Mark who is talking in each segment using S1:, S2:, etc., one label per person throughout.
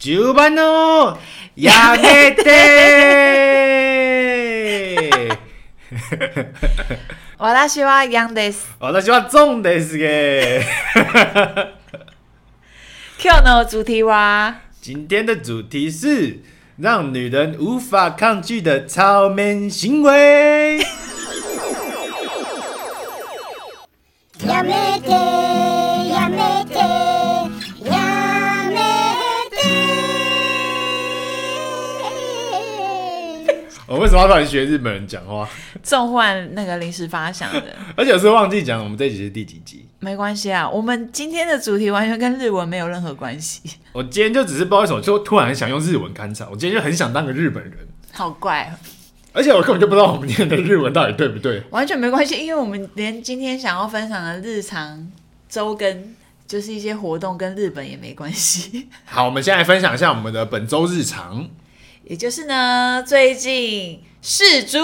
S1: 10番のやめ て
S2: 私はヤンです。
S1: 私はゾンですげ
S2: 今日の主题は
S1: 今天的主题是让女人无法抗拒的超 man 行为。
S3: やめて、やめて、やめて。
S1: 我为什么要突然学日本人讲话？
S2: 召唤那个临时发想的，
S1: 而且有时候忘记讲，我们这一集是第几集？
S2: 没关系啊。我们今天的主题完全跟日文没有任何关系，
S1: 我今天就只是不知道为什么，就突然很想用日文看场。我今天就很想当个日本人，
S2: 好怪、哦，
S1: 而且我根本就不知道我们念的日文到底对不对。
S2: 完全没关系，因为我们连今天想要分享的日常周更，就是一些活动跟日本也没关系。
S1: 好，我们先来分享一下我们的本周日常。
S2: 也就是呢，最近世足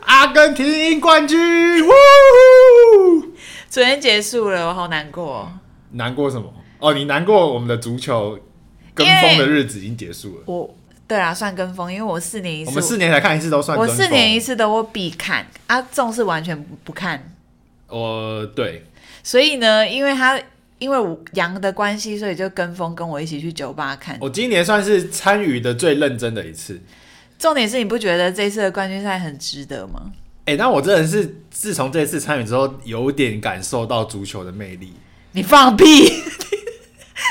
S1: 阿根廷冠军，呜呼！
S2: 昨天结束了，我好难过哦、
S1: 难过什么？哦，你难过我们的足球跟风的日子已经结束了。
S2: 我对啊，算跟风，因为我四年一次，
S1: 我们四年才看一次都算
S2: 我
S1: 跟
S2: 四
S1: 风
S2: 年一，次的我必看啊，纵是完全不不看。
S1: 我对
S2: 所以呢，因为他因为我羊的关系，所以就跟风跟我一起去酒吧看。
S1: 我今年算是参与的最认真的一次。
S2: 重点是你不觉得这次的冠军赛很值得吗？
S1: 哎、那我真的是自从这次参与之后，有点感受到足球的魅力。
S2: 你放屁！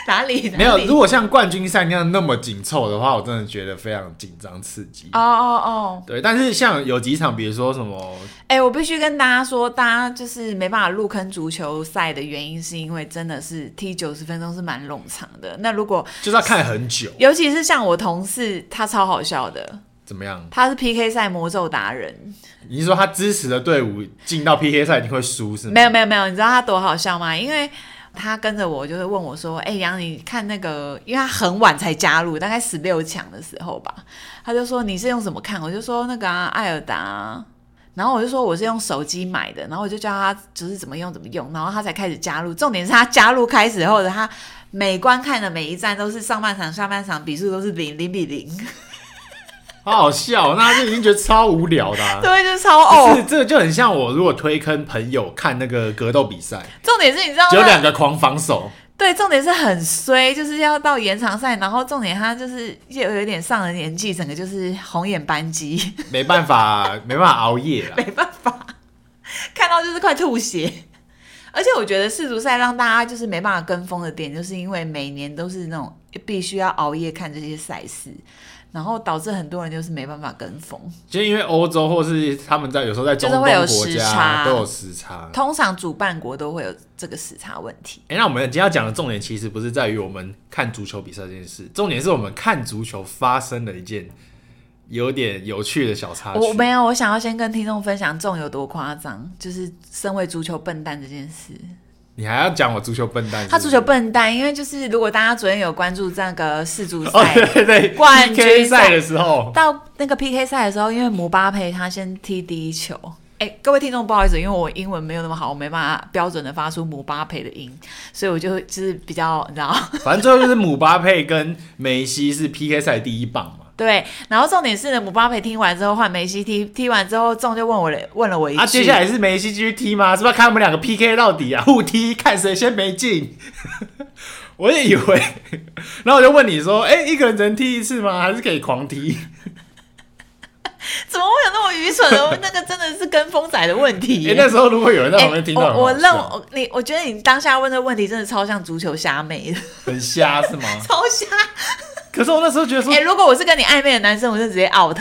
S2: 哪里？
S1: 没有
S2: 哪，里
S1: 如果像冠军赛那样那么紧凑的话，我真的觉得非常紧张刺激。
S2: 哦哦哦！
S1: 对，但是像有几场，比如说什么
S2: 哎、我必须跟大家说，大家就是没办法入坑足球赛的原因，是因为真的是踢九十分钟是蛮冗长的。那如果
S1: 就是要看很久，
S2: 尤其是像我同事，他超好笑的，
S1: 怎么样？
S2: 他是 PK 赛魔咒达人。
S1: 你是说他支持的队伍进到 PK 赛你会输是吗？
S2: 没有没有没有，你知道他多好笑吗？因为他跟着我就会问我说：“哎、杨，你看那个，因为他很晚才加入，大概十六强的时候吧。”他就说：“你是用什么看？”我就说：“那个啊，艾尔达啊。”然后我就说我是用手机买的，然后我就教他就是怎么用怎么用，然后他才开始加入。重点是他加入开始后的他每观看的每一站都是上半场、下半场比数都是零零 比零，
S1: 好好笑，哦那他就已经觉得超无聊的、 啊。
S2: 对，就是超哦
S1: 不
S2: 呕
S1: 是，。这个就很像我如果推坑朋友看那个格斗比赛，
S2: 重点是你知道
S1: 只有
S2: 吗？
S1: 两个狂防守，
S2: 对，重点是很衰，就是要到延长赛，然后重点他就是又有点上了年纪，整个就是红眼班机，
S1: 没办法，没办法熬夜啦。
S2: 没办法，看到就是快吐血。而且我觉得世足赛让大家就是没办法跟风的点，就是因为每年都是那种必须要熬夜看这些赛事，然后导致很多人就是没办法跟风。
S1: 就因为欧洲或是他们在有时候在中
S2: 就
S1: 东
S2: 是会有
S1: 国
S2: 时
S1: 家
S2: 差
S1: 都有时差。
S2: 通常主办国都会有这个时差问题。
S1: 哎、那我们今天要讲的重点其实不是在于我们看足球比赛这件事，重点是我们看足球发生了一件有点有趣的小插曲。
S2: 我没有，我想要先跟听众分享重有多夸张，就是身为足球笨蛋这件事。
S1: 你还要讲我足球笨蛋是不是
S2: 他足球笨蛋，因为就是如果大家昨天有关注这个世足
S1: 哦，
S2: 赛，
S1: 对对对，
S2: 冠军
S1: PK 赛
S2: 赛
S1: 的时候，
S2: 到那个 PK 赛的时候，因为姆巴佩他先踢第一球。哎、各位听众，不好意思，因为我英文没有那么好，我没办法标准的发出姆巴佩的音，所以我就就是比较，你知道，
S1: 反正最后就是姆巴佩跟梅西是 PK 赛第一棒嘛。
S2: 对。然后重点是呢，姆巴佩踢完之后换梅西踢，踢完之后，仲就问我了，问了我一句，
S1: 啊，接下来是梅西继续踢吗？是不是要看他们两个 PK 到底啊？互踢，看谁先没进。 我也以为，然后我就问你说，哎、一个人只能踢一次吗？还是可以狂踢？
S2: 怎么会有那么愚蠢的？那个真的是跟风仔的问题
S1: 哎、
S2: 耶、
S1: 那时候如果有人在旁
S2: 哎
S1: 边听到、
S2: 我我认
S1: 我
S2: 我你，我觉得你当下问的问题真的超像足球虾妹的，
S1: 很瞎是吗？
S2: 超瞎。
S1: 可是我那时候觉得说
S2: 哎、，如果我是跟你暧昧的男生，我就直接 out，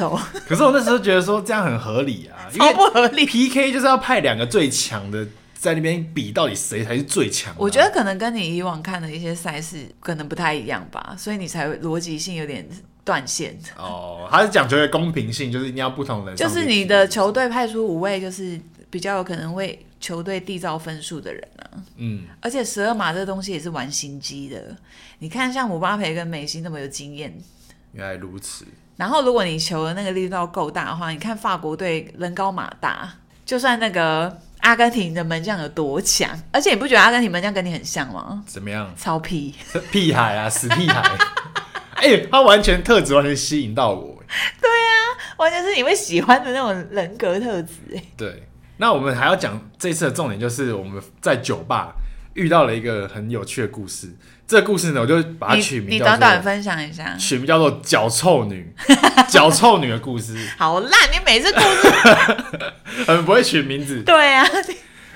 S1: 可是我那时候觉得说这样很合理啊，因
S2: 超不
S1: 为
S2: 合理。
S1: PK 就是要派两个最强的在那边比，到底谁才是最强啊、
S2: 我觉得可能跟你以往看的一些赛事可能不太一样吧，所以你才会逻辑性有点断线。
S1: 哦，他是讲究的公平性，就是一定要不同人上
S2: 就
S1: 去踢，
S2: 是你的球队派出五位，就是比较有可能为球队缔造分数的人啊。
S1: 嗯，
S2: 而且十二码这东西也是玩心机的。你看，像姆巴佩跟梅西那么有经验，
S1: 原来如此。
S2: 然后如果你球的那个力道够大的话，你看法国队人高马大，就算那个阿根廷的门将有多强，而且 你不觉得阿根廷门将跟你很像吗？
S1: 怎么样？
S2: 超皮。
S1: 屁孩啊，死屁孩！ 哎、他完全特质完全吸引到我。
S2: 完全是你会喜欢的那种人格特质、哎
S1: 对，那我们还要讲这次的重点就是我们在酒吧遇到了一个很有趣的故事。这个故事呢，我就把它取
S2: 你你
S1: 名叫
S2: 短短
S1: 做
S2: 分享一下。
S1: 取名叫做“脚臭女”， 脚臭女的故事，
S2: 好烂！你每次故事
S1: 很不会取名字。
S2: 对 啊，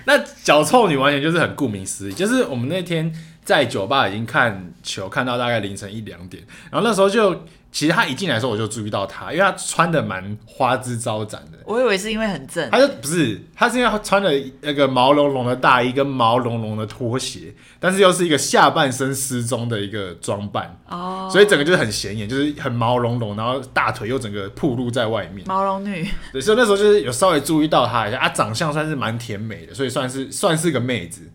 S1: 那脚臭女完全就是很顾名思义，就是我们那天在酒吧已经看球看到大概凌晨一两点，然后那时候就其实她一进来的时候我就注意到她，因为她穿的蛮花枝招展的，
S2: 我以为是因为很正
S1: 她，就不是她是因为她穿了那个毛茸茸的大衣跟毛茸茸的拖鞋，但是又是一个下半身失踪的一个装扮
S2: 哦，
S1: 所以整个就是很显眼，就是很毛茸茸，然后大腿又整个暴露在外面。
S2: 毛绒女，
S1: 对，所以那时候就是有稍微注意到她一下，啊，长相算是蛮甜美的，所以算是算是个妹子。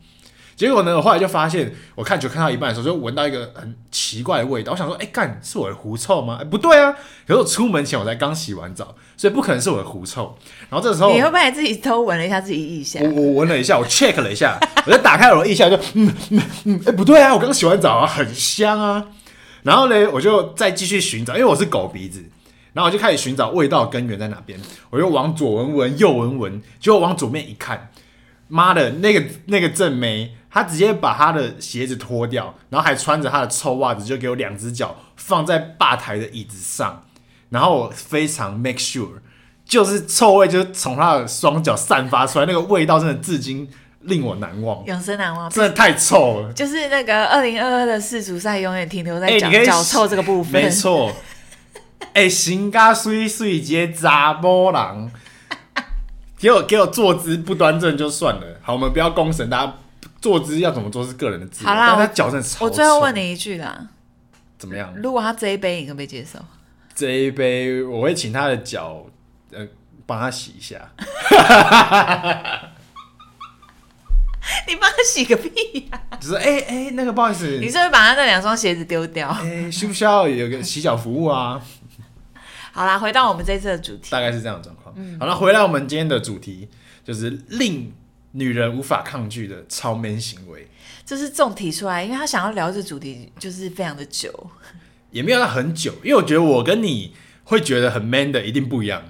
S1: 结果呢，我后来就发现，我看球看到一半的时候，就闻到一个很奇怪的味道。我想说，哎、干是我的狐臭吗？哎、不对啊！可是我出门前我才刚洗完澡，所以不可能是我的狐臭。然后这时候
S2: 你会不会还自己偷闻了一下自己腋下
S1: 哦我？我闻了一下，我 check 了一下，我就打开我的腋下，就嗯嗯嗯，哎、不对啊，我刚洗完澡啊，很香啊。然后呢，我就再继续寻找，因为我是狗鼻子，然后我就开始寻找味道根源在哪边。我就往左闻闻，右闻闻，结果往左面一看，妈的，那个那个正妹，她直接把她的鞋子脱掉，然后还穿着她的臭袜子，就给我两只脚放在吧台的椅子上，然后我非常 make sure，就是臭味就是从她的双脚散发出来，那个味道真的至今令我难忘，
S2: 永生难忘。
S1: 真的太臭了。
S2: 就是那个二零二二的世足赛，永远停留在
S1: 哎
S2: 脚
S1: 你可以
S2: 脚臭这个部分
S1: 没。错，哎、行噶水水节查波郎，给我给我坐姿不端正就算了。好，我们不要攻神，大家坐姿要怎么做是个人的自由。
S2: 好啦
S1: 但他
S2: 我
S1: 脚真的超
S2: 我最后问
S1: 臭
S2: 你一句啦，
S1: 怎么样？
S2: 如果他这一杯，你可不可以 接受？
S1: 这一杯我会请他的脚，呃，帮他洗一下。
S2: 你帮他洗个屁呀、
S1: 就是哎哎、那个不好意思，
S2: 你是不是把他那两双鞋子丢掉？
S1: 哎、需不需要有个洗脚服务啊？
S2: 好啦，回到我们这次的主题，
S1: 大概是这样的状况。
S2: 嗯
S1: 好了，那回来我们今天的主题就是令女人无法抗拒的超 man 行为。
S2: 就是重提出来，因为他想要聊这主题就是非常的久。
S1: 也没有到很久，因为我觉得我跟你会觉得很 man 的一定不一样。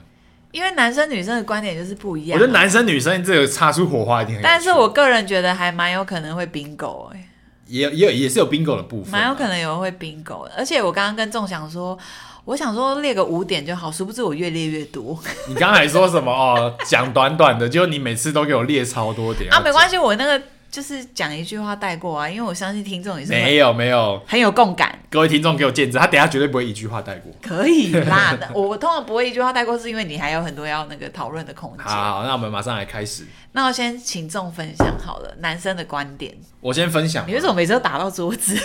S2: 因为男生女生的观点就是不一
S1: 我
S2: 样啊。
S1: 觉得男生女生这个擦出火花一定很有趣，
S2: 但是我个人觉得还蛮有可能会 bingo 哎、
S1: 也也有也是有 bingo 的部分啊，
S2: 蛮有可能有人会 bingo 的。而且我刚刚跟仲想说，我想说列个五点就好，殊不知我越列越多
S1: 你刚才说什么哦？讲短短的，结果你每次都给我列超多点
S2: 啊，没
S1: 系，
S2: 关系，我那个就是讲一句话带过啊，因为我相信听众也是
S1: 没
S2: 会
S1: 有没有，
S2: 很有共感。
S1: 各位听众给我见证，他等一下绝对不会一句话带过。
S2: 可以 啦，那我通常不会一句话带过，是因为你还有很多要那个讨论的空间。
S1: 好，那我们马上来开始。
S2: 那我先请众分享好了，男生的观点。
S1: 我先分享
S2: 你，为什么每次都打到桌子？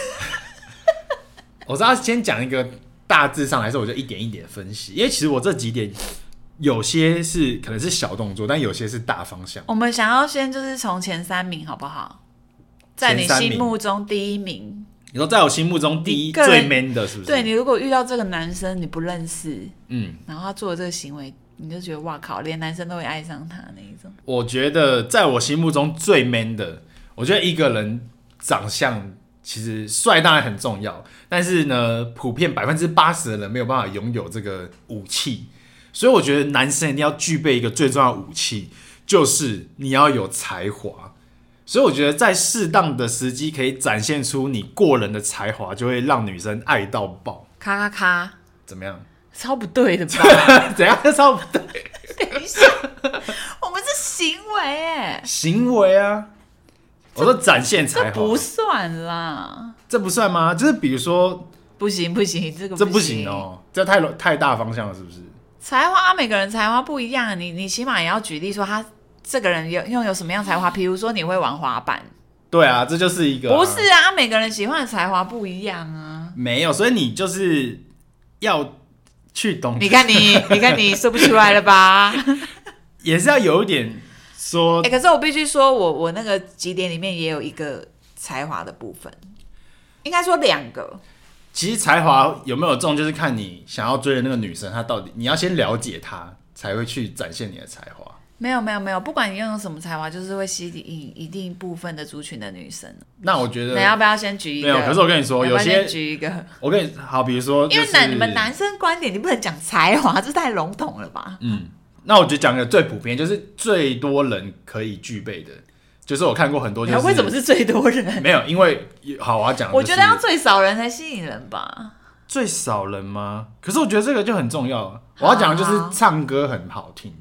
S1: 我是要先讲一个大致上来说，我就一点一点分析，因为其实我这几点有些是可能是小动作，但有些是大方向。
S2: 我们想要先就是从前三名好不好？在你
S1: 前三名
S2: 心目中第一名，
S1: 你说在我心目中第一
S2: 你个
S1: 最
S2: 人
S1: man 的是不是？
S2: 对你如果遇到这个男生你不认识，
S1: 嗯，
S2: 然后他做的这个行为，你就觉得哇靠，连男生都会爱上他那一种。
S1: 我觉得在我心目中最 man 的，我觉得一个人长相其实帅当然很重要，但是呢，普遍百分之八十的人没有办法拥有这个武器，所以我觉得男生一定要具备一个最重要的武器，就是你要有才华。所以我觉得在适当的时机可以展现出你过人的才华，就会让女生爱到爆。
S2: 咔咔咔，
S1: 怎么样？
S2: 超不对的 吧？
S1: 怎样？差不多
S2: 等一下，我们是行为哎、
S1: 行为啊。我说展现才
S2: 这
S1: 华，
S2: 不算啦，
S1: 这不算吗？就是比如说，
S2: 不行不行，这个
S1: 这
S2: 不
S1: 不行。哦，这太太大方向了，是不是？
S2: 才华，啊每个人才华不一样，你你起码也要举例说他这个人有拥有什么样才华，比如说你会玩滑板，
S1: 对啊，这就是一个、
S2: 不是，啊，每个人喜欢的才华不一样啊。
S1: 没有，所以你就是要去懂，
S2: 你看你，你看你说不出来了 吧？
S1: 也是要有一点说
S2: 哎、可是我必须说我我那个几点里面也有一个才华的部分，应该说两个。
S1: 其实才华有没有中，就是看你想要追的那个女生，她到底你要先了解她，才会去展现你的才华。
S2: 没有没有没有，不管你拥有什么才华，就是会吸引一定部分的族群的女生。
S1: 那我觉
S2: 你要
S1: 得，
S2: 不要先举一个？
S1: 没有可是我跟你说
S2: 要不要
S1: 有些
S2: 先举一个，
S1: 我跟你好，比如说、就
S2: 因
S1: 是，
S2: 为男你们男生观点，你不能讲才华，这太笼统了吧？
S1: 嗯那我就讲个最普遍，就是最多人可以具备的，就是我看过很多，就是
S2: 哎为什么是最多人？
S1: 没有？因为好，我要讲的就是，
S2: 我觉得要最少人才吸引人吧。
S1: 最少人吗？可是我觉得这个就很重要啊。我要讲的就是唱歌很好听，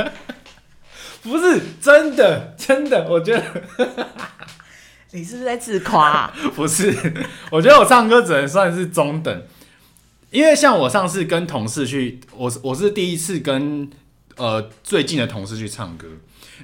S1: 不是真的，真的，我觉得
S2: 你是不是在自夸啊、
S1: 不是，我觉得我唱歌只能算是中等，因为像我上次跟同事去，我是我是第一次跟呃最近的同事去唱歌，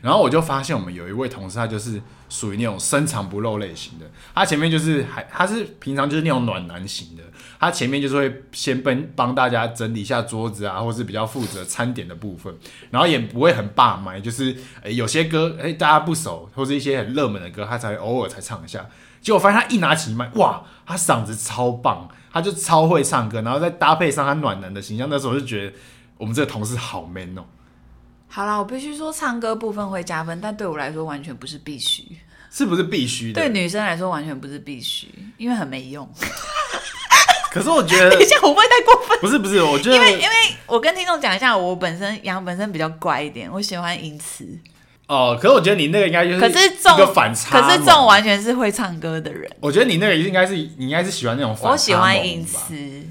S1: 然后我就发现我们有一位同事，他就是属于那种深藏不露类型的，他前面就是还他是平常就是那种暖男型的，他前面就是会先帮帮大家整理一下桌子啊，或是比较负责餐点的部分，然后也不会很霸麦，就是、诶有些歌诶大家不熟，或是一些很热门的歌，他才会偶尔才唱一下。结果发现他一拿起麦，哇，他嗓子超棒，他就超会唱歌，然后再搭配上他暖男的形象，那时候我就觉得我们这个同事好 man 哦、
S2: 好啦，我必须说唱歌部分会加分，但对我来说完全不是必须，
S1: 是不是必须的？
S2: 对女生来说完全不是必须，因为很没 用。
S1: 可是我觉得
S2: 等一下，我会不会太过分？
S1: 不是不是，我觉得
S2: 因为因为我跟听众讲一下，我本身杨本身比较乖一点，我喜欢音痴，
S1: 哦，可是我觉得你那个应该就是
S2: 可是
S1: 一
S2: 这
S1: 个
S2: 种
S1: 反差萌，
S2: 可是这种完全是会唱歌的人，
S1: 我觉得你那个应该是你应该是喜欢那种反差
S2: 我喜欢
S1: 萌
S2: 音
S1: 吧
S2: 痴。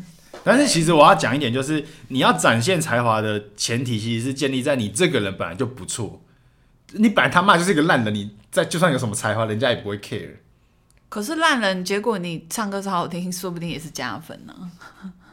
S1: 但是其实我要讲一点，就是你要展现才华的前提，其实是建立在你这个人本来就不错，你本来他妈就是一个烂人，你在就算有什么才华，人家也不会 care。
S2: 可是烂人，结果你唱歌超好听，说不定也是加分呢、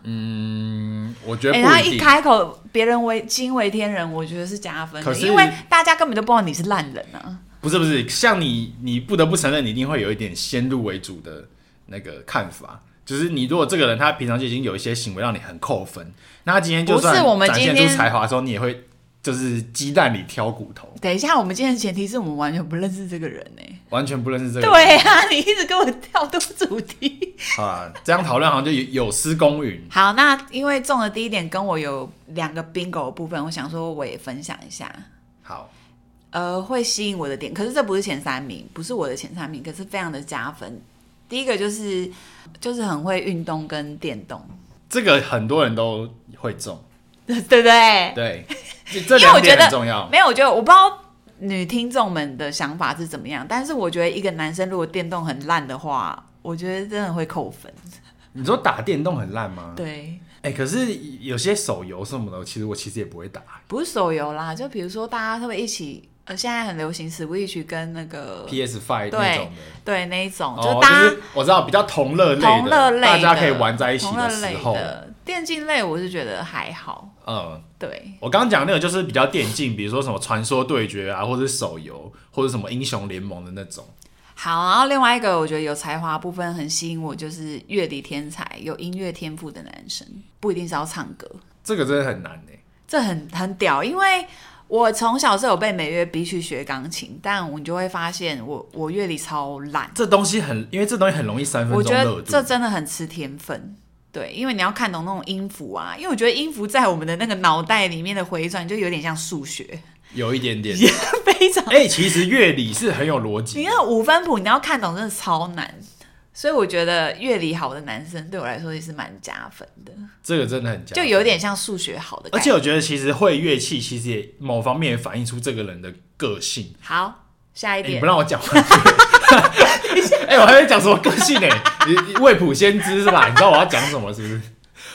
S1: 嗯，我觉得
S2: 哎、
S1: 不
S2: 他
S1: 一
S2: 一
S1: 定。
S2: 开口，别人为惊为天人，我觉得是加分的
S1: 可是
S2: 因为大家根本就不知道你是烂人啊。
S1: 不是不是，像你，你不得不承认，你一定会有一点先入为主的那个看法。就是你如果这个人他平常就已经有一些行为让你很扣分，那他今天就
S2: 不是
S1: 算
S2: 我们
S1: 展现
S2: 今天
S1: 出才华的时候，你也会就是鸡蛋里挑骨头，
S2: 等一下，我们今天的前提是我们完全不认识这个人呢、
S1: 完全不认识这个人。
S2: 对啊，你一直跟我调度主题。
S1: 好啊，这样讨论好像就有有失公允。
S2: 好，那因为中的第一点跟我有两个 bingo 的部分，我想说我也分享一下。
S1: 好，
S2: 呃，会吸引我的点，可是这不是前三名，不是我的前三名，可是非常的加分。第一个就是就是很会运动跟电动，
S1: 这个很多人都会中，
S2: 对不对？
S1: 对，这这
S2: 因为我
S1: 两
S2: 觉
S1: 点
S2: 得
S1: 很重要。
S2: 没有，我觉得我不知道女听众们的想法是怎么样，但是我觉得一个男生如果电动很烂的话，我觉得真的会扣分。
S1: 你说打电动很烂吗？
S2: 对，
S1: 哎、可是有些手游什么的，其实我其实也不会打。
S2: 不是手游啦，就比如说大家会一起，呃，现在很流行 Switch 跟那个
S1: PS Five 那
S2: 对
S1: 种的，
S2: 对那一种，
S1: 哦，
S2: 大家、
S1: 就是我知道比较同乐类的，
S2: 同乐类的，
S1: 大家可以玩在一起
S2: 同乐
S1: 的时
S2: 类
S1: 候。
S2: 的电竞类，我是觉得还好。
S1: 嗯，
S2: 对，
S1: 我刚刚讲那个就是比较电竞，比如说什么传说对决啊，或者是手游，或者什么英雄联盟的那种。
S2: 好，然后另外一个我觉得有才华的部分很吸引我，就是乐理天才、有音乐天赋的男生，不一定是要唱歌，
S1: 这个真的很难呢、欸
S2: 这很很屌，因为。我从小是有被美乐逼去学钢琴，但我就会发现我我乐理超烂，
S1: 这东西很，因为这东西很容易三分
S2: 我觉
S1: 钟热
S2: 得
S1: 度。
S2: 这真的很吃天分。对，因为你要看懂那种音符啊，因为我觉得音符在我们的那个脑袋里面的回转就有点像数学，
S1: 有一点点。
S2: 非常
S1: 哎、其实乐理是很有逻辑
S2: 你
S1: 的。
S2: 那五分谱你要看懂真的超难，所以我觉得乐理好的男生对我来说也是蛮加分的，
S1: 这个真的很假，
S2: 就有。点像数学好的
S1: 而
S2: 感
S1: 且
S2: 觉。
S1: 我觉得，其实会乐器其实也某方面也反映出这个人的个性。
S2: 好，下一
S1: 哎你
S2: 点
S1: 不，让我讲完， 哎、我还在讲什么个性呢、你你未卜先知是吧？你知道我要讲什么是不是？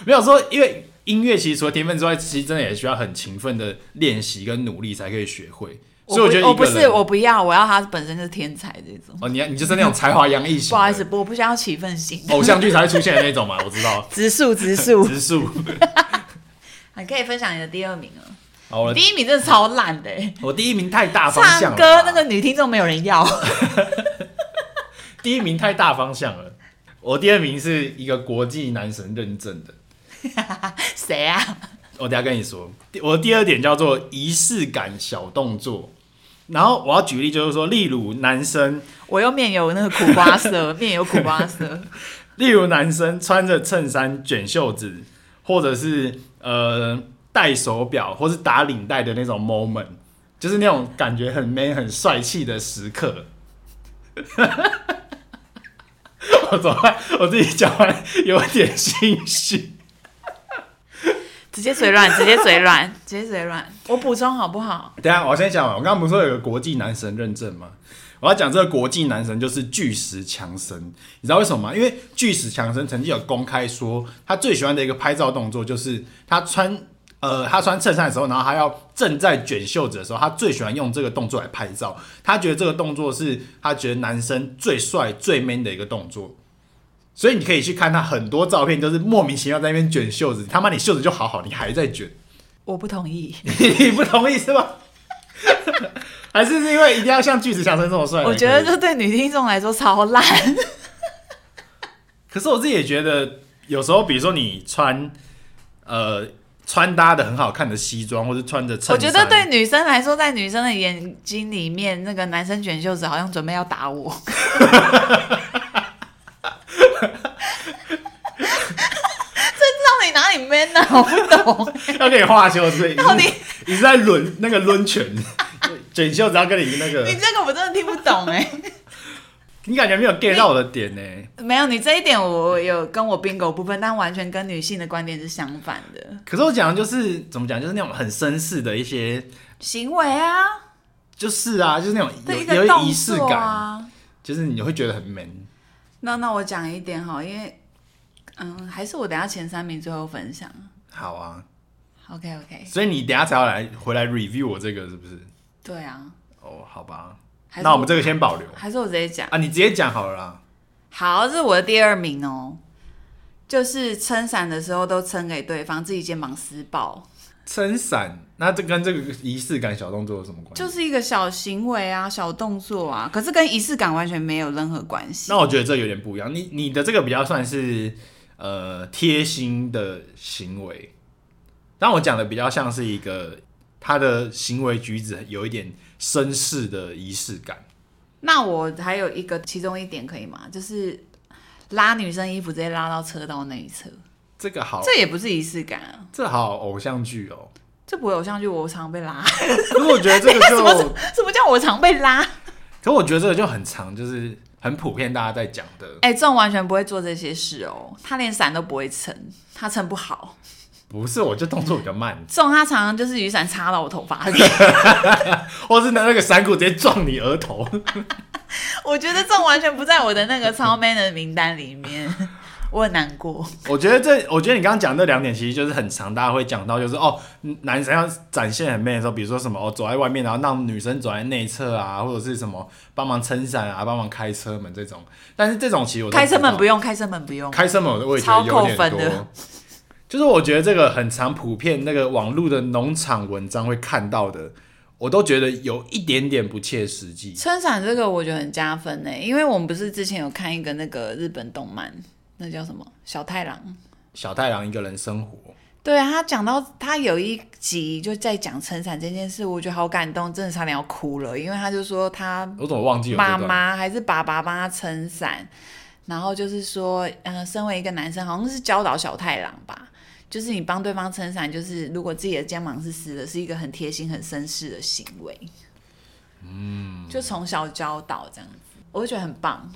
S1: 没有说，因为音乐其实除了天分之外，其实真的也需要很勤奋的练习跟努力才可以学会。所以
S2: 我
S1: 觉
S2: 不
S1: 得
S2: 我
S1: 一
S2: 不
S1: 个
S2: 是
S1: 人，
S2: 我不要，我要他本身就是天才这种。
S1: 哦，你要你就是那种才华洋溢型，
S2: 不好意思，，我不需要起 奋型，
S1: 偶像剧才会出现的那种嘛，我知 道。
S2: 植树植树，
S1: 植树，
S2: 你可以分享你的第二名啊。
S1: 好，我的
S2: 第一名真的超烂的欸、
S1: 我第一名太大方向
S2: 唱
S1: 了，
S2: 歌那个女听众没有人要。
S1: 第一名太大方向了。我第二名是一个国际男神认证的，
S2: 谁啊？
S1: 我等一下跟你说。第我的第二点叫做仪式感小动作。然后我要举例，就是说，例如男生，
S2: 我又面有那个苦 瓜色，面有苦瓜色，
S1: 例如男生穿着衬衫卷袖子，或者是呃戴手表或是打领带的那种 moment，就是那种感觉很 man 很帅气的时刻。 我怎么办？我自己讲完有点心虚。
S2: 直接嘴软，直接 嘴软，直接嘴软。我补充好不好？
S1: 等一下，我先讲完。我刚刚不是说有个国际男神认证吗？我要讲这个国际男神就是巨石强森，你知道为什么吗？因为巨石强森曾经有公开说，他最喜欢的一个拍照动作就是他穿呃他穿衬衫的时候，然后他要正在卷袖子的时候，他最喜欢用这个动作来拍照。他觉得这个动作是他觉得男生最帅最 man 的一个动作。所以你可以去看他很多照片，就是莫名其妙在那边卷袖子，他妈你袖子就好好，你还在卷。
S2: 我不同意，
S1: 你不同意是吧？ 还是是因为一定要像巨石强森这么帅？
S2: 我觉得这，对女听众来说超 烂。
S1: 可是我自己也觉得，有时候比如说你穿呃穿搭的很好看的西装，或是穿着衬衫，
S2: 我觉得对女生来说，在女生的眼睛里面，那个男生卷袖子好像准备要打 我。 这到底哪里 man 啊？我 不懂。
S1: 要给你画袖子，你
S2: 到底
S1: 是你是在抡那个抡拳， 卷袖子要跟你那个
S2: 你，这个我真的听不懂哎、
S1: 你感觉没有 get 到我的点呢、
S2: 没有，你这一点我有跟我 bingo 部分，但完全跟女性的观点是相反的
S1: 可是我讲的就是怎么讲，就是那种很绅士的一些，
S2: 行为啊，
S1: 就是啊，就是那种
S2: 这一
S1: 有
S2: 个
S1: 有
S2: 动
S1: 仪式
S2: 作
S1: 感，
S2: 啊。
S1: 就是你会觉得很 man。
S2: 那那我讲一点哈，因为嗯，还是我等一下前三名最后分享。
S1: 好啊，
S2: OK OK，
S1: 所以你等一下才要来回来 review 我这个是不是？
S2: 对啊，
S1: 哦，好吧，
S2: 还是
S1: 那我们这个先保留
S2: 还是我直接讲。
S1: 啊，你直接讲好了啦。
S2: 好，这是我的第二名哦，就是撑伞的时候都撑给对方，自己肩膀撕爆，
S1: 撑伞，那这跟这个仪式感小动作有什么关系？
S2: 就是一个小行为啊，小动作啊，可是跟仪式感完全没有任何关系
S1: 那。我觉得这有点不一样。你你的这个比较算是呃贴心的行为，但我讲的比较像是一个他的行为举止有一点绅士的仪式感。
S2: 那我还有一个其中一点可以吗？就是拉女生衣服直接拉到车道那一侧，
S1: 这个好，
S2: 这也不是仪式感啊，
S1: 这好偶像剧哦。
S2: 这不会偶像剧，我常被 拉。
S1: 可是我觉得这个
S2: 什 么
S1: 就，
S2: 什么叫我常被拉？
S1: 可我觉得这个就很长，就是很普遍大家在讲的。
S2: 哎、这种完全不会做这些事哦，他连伞都不会撑，他撑不好。
S1: 不是，我就动作比较 慢，
S2: 这种他常常就是雨伞插到我头发里，
S1: 或是拿那个伞骨直接撞你额头。
S2: 我觉得这种完全不在我的那个超 man 的名单里面，我很难过。
S1: 我觉得这，我觉得你刚刚讲的这两点，其实就是很常大家会讲到，就是哦，男生要展现很 man 的时候，比如说什么哦，走在外面，然后让女生走在内侧啊，或者是什么帮忙撑伞啊，帮忙开车门这种。但是这种其实我都
S2: 开车门
S1: 知道
S2: 不，用，开车门不用。
S1: 开车门我我也觉得有点
S2: 超扣分
S1: 多
S2: 的。
S1: 就是我觉得这个很常普遍，那个网络的农场文章会看到的，我都觉得有一点点不切实际。
S2: 撑伞这个我觉得很加分呢，欸因为我们不是之前有看一个那个日本动漫，那叫什么小太郎？
S1: 小太郎一个人生活，
S2: 对啊，他讲到他有一集就在讲撑伞这件事，我觉得好感动，真的差点要哭了，因为他就说他
S1: 我怎么忘记有这
S2: 妈
S1: 段？
S2: 妈还是爸爸帮他撑伞，然后就是说，嗯、身为一个男生，好像是教导小太郎吧，就是你帮对方撑伞，就是如果自己的肩膀是湿的，是一个很贴心、很绅士的行为。嗯，就从小教导这样子，我就觉得很棒。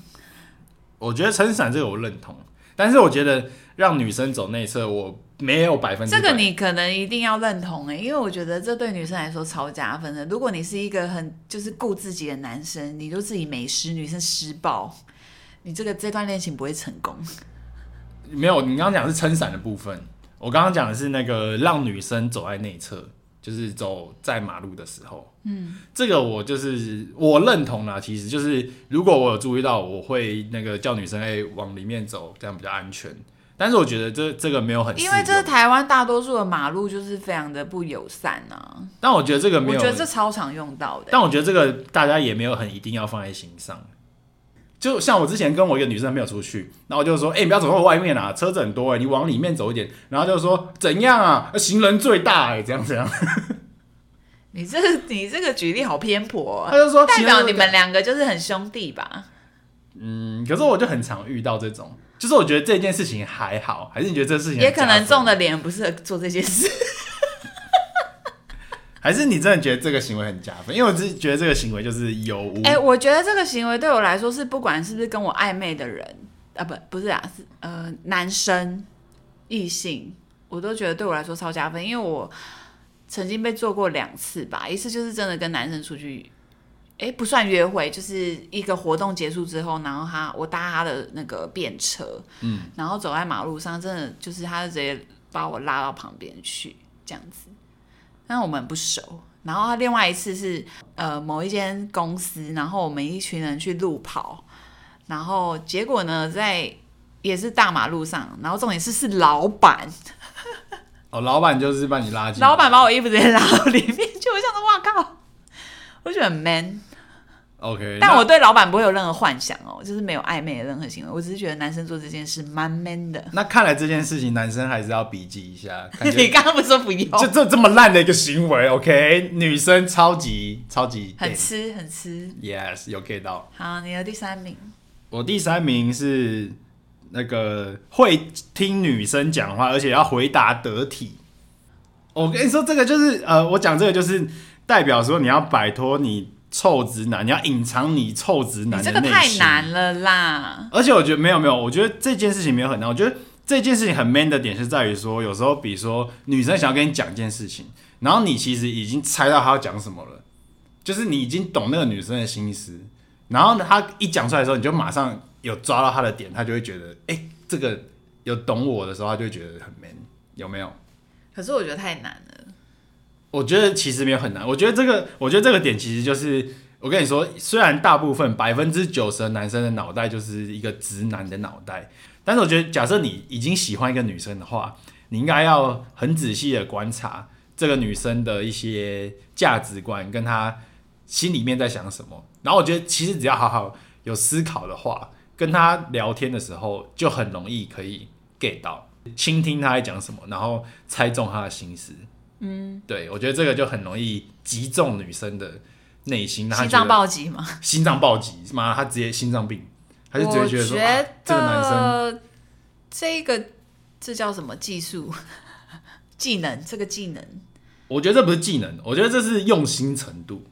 S1: 我觉得撑伞这个我认同，但是我觉得让女生走内侧，我没有百分之
S2: 这
S1: 百
S2: 个你可能一定要认同哎、因为我觉得这对女生来说超加分的。如果你是一个很就是顾自己的男生，你就自己没湿，女生湿爆，你这个这段恋情不会成功。
S1: 没有。你刚刚讲的是撑伞的部分，我刚刚讲的是那个让女生走在内侧，就是走在马路的时候，嗯，这个我就是我认同啦。其实就是如果我有注意到，我会那个叫女生哎、往里面走，这样比较安全。但是我觉得这这个没有很适
S2: 因
S1: 用，
S2: 为这台湾大多数的马路就是非常的不友善啊，
S1: 但我觉得这个没
S2: 我
S1: 有，
S2: 觉得这超常用到的、
S1: 但我觉得这个大家也没有很一定要放在心上。就像我之前跟我一个女生朋友出去，然后我就说：“哎、你不要走到外面啊，车子很多哎、你往里面走一点。”然后就说：“怎样啊？行人最大哎、怎样怎样。
S2: 你这个你这个举例好偏颇、”
S1: 他
S2: 哦，
S1: 就说：“
S2: 代表你
S1: 行人最
S2: 们两个就是很兄弟吧？
S1: 嗯，可是我就很常遇到这种，就是我觉得这件事情还好，还是你觉得这事情
S2: 也可
S1: 很加
S2: 能
S1: 分
S2: 中的脸不适合做这些事。
S1: 还是你真的觉得这个行为很加分？因为我只是觉得这个行为就是有无。
S2: 哎、我觉得这个行为对我来说是，不管是不是跟我暧昧的人啊，不不是啊，是呃男生异性，我都觉得对我来说超加分，因为我曾经被做过两次吧，一次就是真的跟男生出去。哎，不算约会，就是一个活动结束之后，然后他我搭他的那个便车，嗯，然后走在马路上，真的就是他就直接把我拉到旁边去这样子，但我们不熟。然后另外一次是呃某一间公司，然后我们一群人去路跑，然后结果呢在也是大马路上，然后重点是是老板，
S1: 哦，老板就是把你拉进来，
S2: 老板把我衣服直接拉到里面去，我想说哇靠， 我觉得很 man，
S1: OK，
S2: 但
S1: 那
S2: 我对老板不会有任何幻想哦，就是没有暧昧的任何行为，我只是觉得男生做这件事蛮 man 的。
S1: 那看来这件事情男生还是要笔记一下，感觉
S2: 你刚刚不是说不用？
S1: 就这这么烂的一个行为，OK，女生超级超级
S2: 很吃很吃。
S1: yes 有 get 到。
S2: 好，你的第三名，
S1: 我第三名是那个会听女生讲话，而且要回答得体。我跟你说，这个就是呃，我讲这个就是代表说你要摆脱你臭直男，你要隐藏你臭直
S2: 你
S1: 男
S2: 这
S1: 的
S2: 个
S1: 内心。
S2: 太难了啦。
S1: 而且我觉得没有没有，我觉得这件事情没有很难。我觉得这件事情很 man 的点是在于说，哎有时候比如说女生想要跟你讲一件事情，然后你其实已经猜到她要讲什么了，就是你已经懂那个女生的心思，然后呢她一讲出来的时候，你就马上有抓到她的点，她就会觉得，哎、这个有懂我的时候，她就会觉得很 man，有没有？
S2: 可是我觉得太难了。
S1: 我觉得其实没有很难。我觉得这个，我觉得这个点其实就是，我跟你说，虽然大部分百分之九十的男生的脑袋就是一个直男的脑袋，但是我觉得，假设你已经喜欢一个女生的话，你应该要很仔细的观察这个女生的一些价值观，跟她心里面在想什么。然后我觉得，其实只要好好有思考的话，跟她聊天的时候就很容易可以 get 到，倾听她在讲什么，然后猜中她的心思。
S2: 嗯
S1: 对，我觉得这个就很容易击中女生的内心，让她
S2: 心
S1: 觉
S2: 脏
S1: 得
S2: 暴击嘛，
S1: 心脏暴击，妈，她直接心脏病，她
S2: 我
S1: 就直接
S2: 觉
S1: 得说、啊、这个男生
S2: 得这个这叫什么技术技能？这个技能，
S1: 我觉得这不是技能，我觉得这是用心程度，